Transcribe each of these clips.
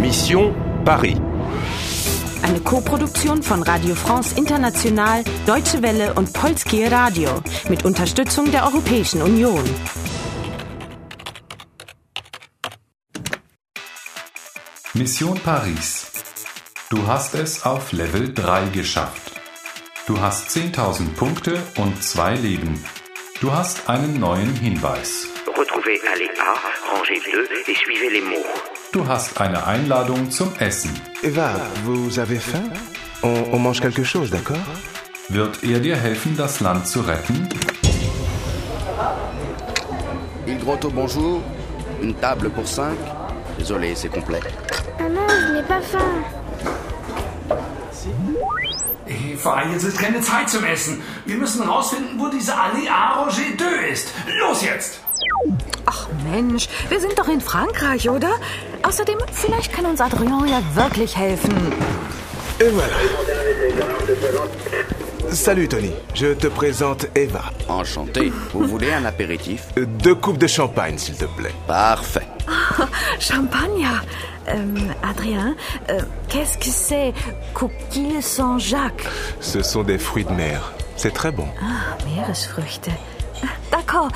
Mission Paris. Eine Koproduktion von Radio France International, Deutsche Welle und Polskie Radio mit Unterstützung der Europäischen Union. Mission Paris. Du hast es auf Level 3 geschafft. Du hast 10.000 Punkte und zwei Leben. Du hast einen neuen Hinweis. Retrouvez allée A, rangée 2 et suivez les mots. Du hast eine Einladung zum Essen. Eva, vous avez faim on, on mange quelque chose, d'accord Wird er dir helfen, das Land zu retten? Une grotte au bonjour, une table pour cinq. Désolé, c'est complet. Maman, je n'ai pas faim. Eva, jetzt ist keine Zeit zum Essen. Wir müssen rausfinden, wo diese Allee A Roger 2 ist. Los jetzt! Ach Mensch, wir sind doch in Frankreich, oder? Außerdem, vielleicht kann uns Adrien ja wirklich helfen. Et voilà. Salut Tony, je te présente Eva. Enchanté. Vous voulez un apéritif Euh, Deux coupes de champagne, s'il te plaît. Parfait. Champagner. Ähm, Adrien, äh, qu'est-ce que c'est Coquille Saint-Jacques? Ce sont des fruits de mer. C'est très bon. Ah, Meeresfrüchte. D'accord.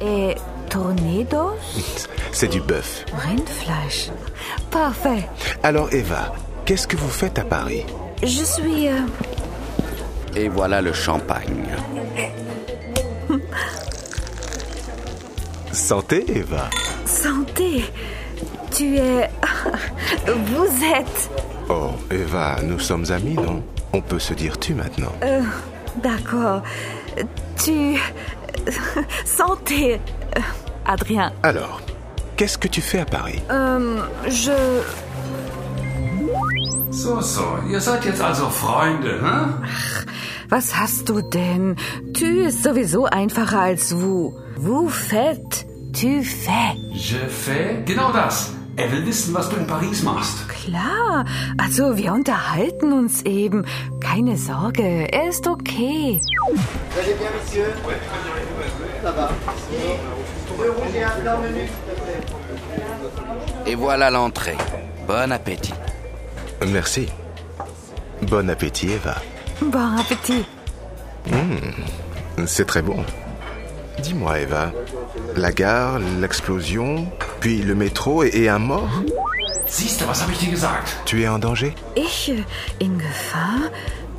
Et Tornados? C'est du bœuf. Rindfleisch. Parfait. Alors Eva, qu'est-ce que vous faites à Paris Je suis... äh, Et voilà le champagne. Santé Eva. santé. Tu es... Vous êtes... Oh, Eva, nous sommes amis, non On peut se dire tu maintenant. Euh, D'accord. Tu... Santé. Euh, Adrien, Alors, qu'est-ce que tu fais à Paris euh, je... So, so, ihr seid jetzt also Freunde, hm? Was hast du denn? Tu ist sowieso einfacher als vous. Vous faites. Tu fais. Je fais genau das. Er will wissen, was du in Paris machst. Klar. Also, wir unterhalten uns eben. Keine Sorge, er ist okay. Et voilà l'entrée. Bon appétit. Euh. Merci. Bon appétit, Eva. Bon Appetit. C'est très bon. Dis-moi, Eva, la gare, l'explosion, puis le métro et, et un mort Siehst du, was habe ich dir gesagt? Tu es en danger Ich äh, in Gefahr?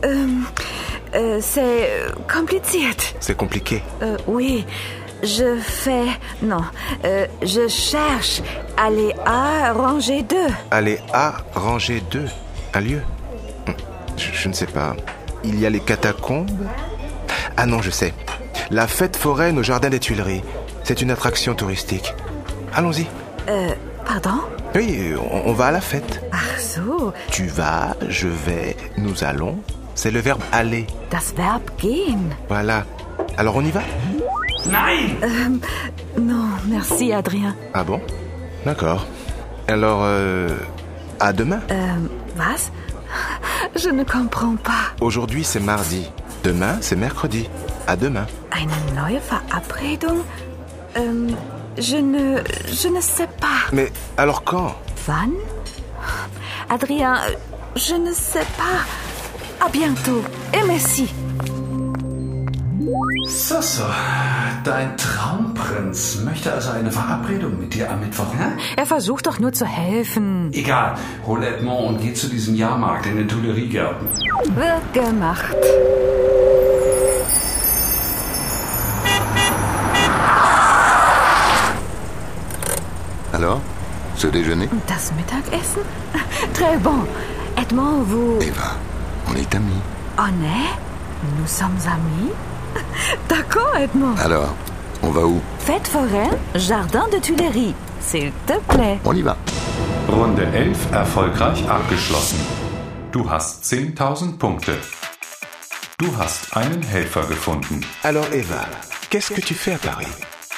Ähm, äh, c'est kompliziert. C'est compliqué. Euh, oui, je fais. Non, euh, je cherche. Aller à Rangée 2. Allez, A, rangée 2, un lieu Hum, je, je ne sais pas. Il y a les catacombes Ah non, je sais. La fête foraine au Jardin des Tuileries. C'est une attraction touristique. Allons-y. Euh, pardon Oui, on- on va à la fête. Ach so, Tu vas, je vais, nous allons. C'est le verbe aller. das Verb gehen. Voilà. Alors on y va Nein! Non, merci Adrien. Ah bon D'accord. Alors, euh, à demain. Ähm, was? Je ne comprends pas. Aujourd'hui c'est mardi. Demain c'est mercredi. À demain. Eine neue Verabredung? Ähm, je ne. Je ne sais pas. Mais alors quand Wann? Adrien, je ne sais pas. À bientôt et merci. So, so, dein Traumprinz möchte also eine Verabredung mit dir am Mittwoch, hm? Er versucht doch nur zu helfen. Egal, hol Edmond und geh zu diesem Jahrmarkt in den Tuileriegärten. Wird gemacht. Alors Ce déjeuner Das Mittagessen? Très bon. Edmond, vous. Eva, on est amis. Honnête? Nous sommes amis? D'accord, Edmond. Alors, on va où Fête foraine, jardin de Tuileries. S'il te plaît. On y va. Runde 11 erfolgreich abgeschlossen. Du hast 10.000 Punkte. Du hast einen Helfer gefunden. Alors Eva, qu'est-ce que tu fais à Paris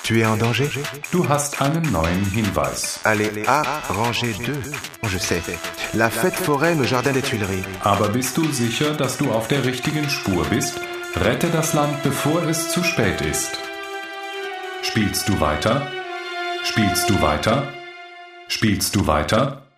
Tu es en danger Du hast einen neuen Hinweis. Allez, A, rangée 2. Je sais. La fête foraine au Jardin des Tuileries. Aber bist du sicher, dass du auf der richtigen Spur bist? Rette das Land, bevor es zu spät ist. Spielst du weiter? Spielst du weiter? Spielst du weiter?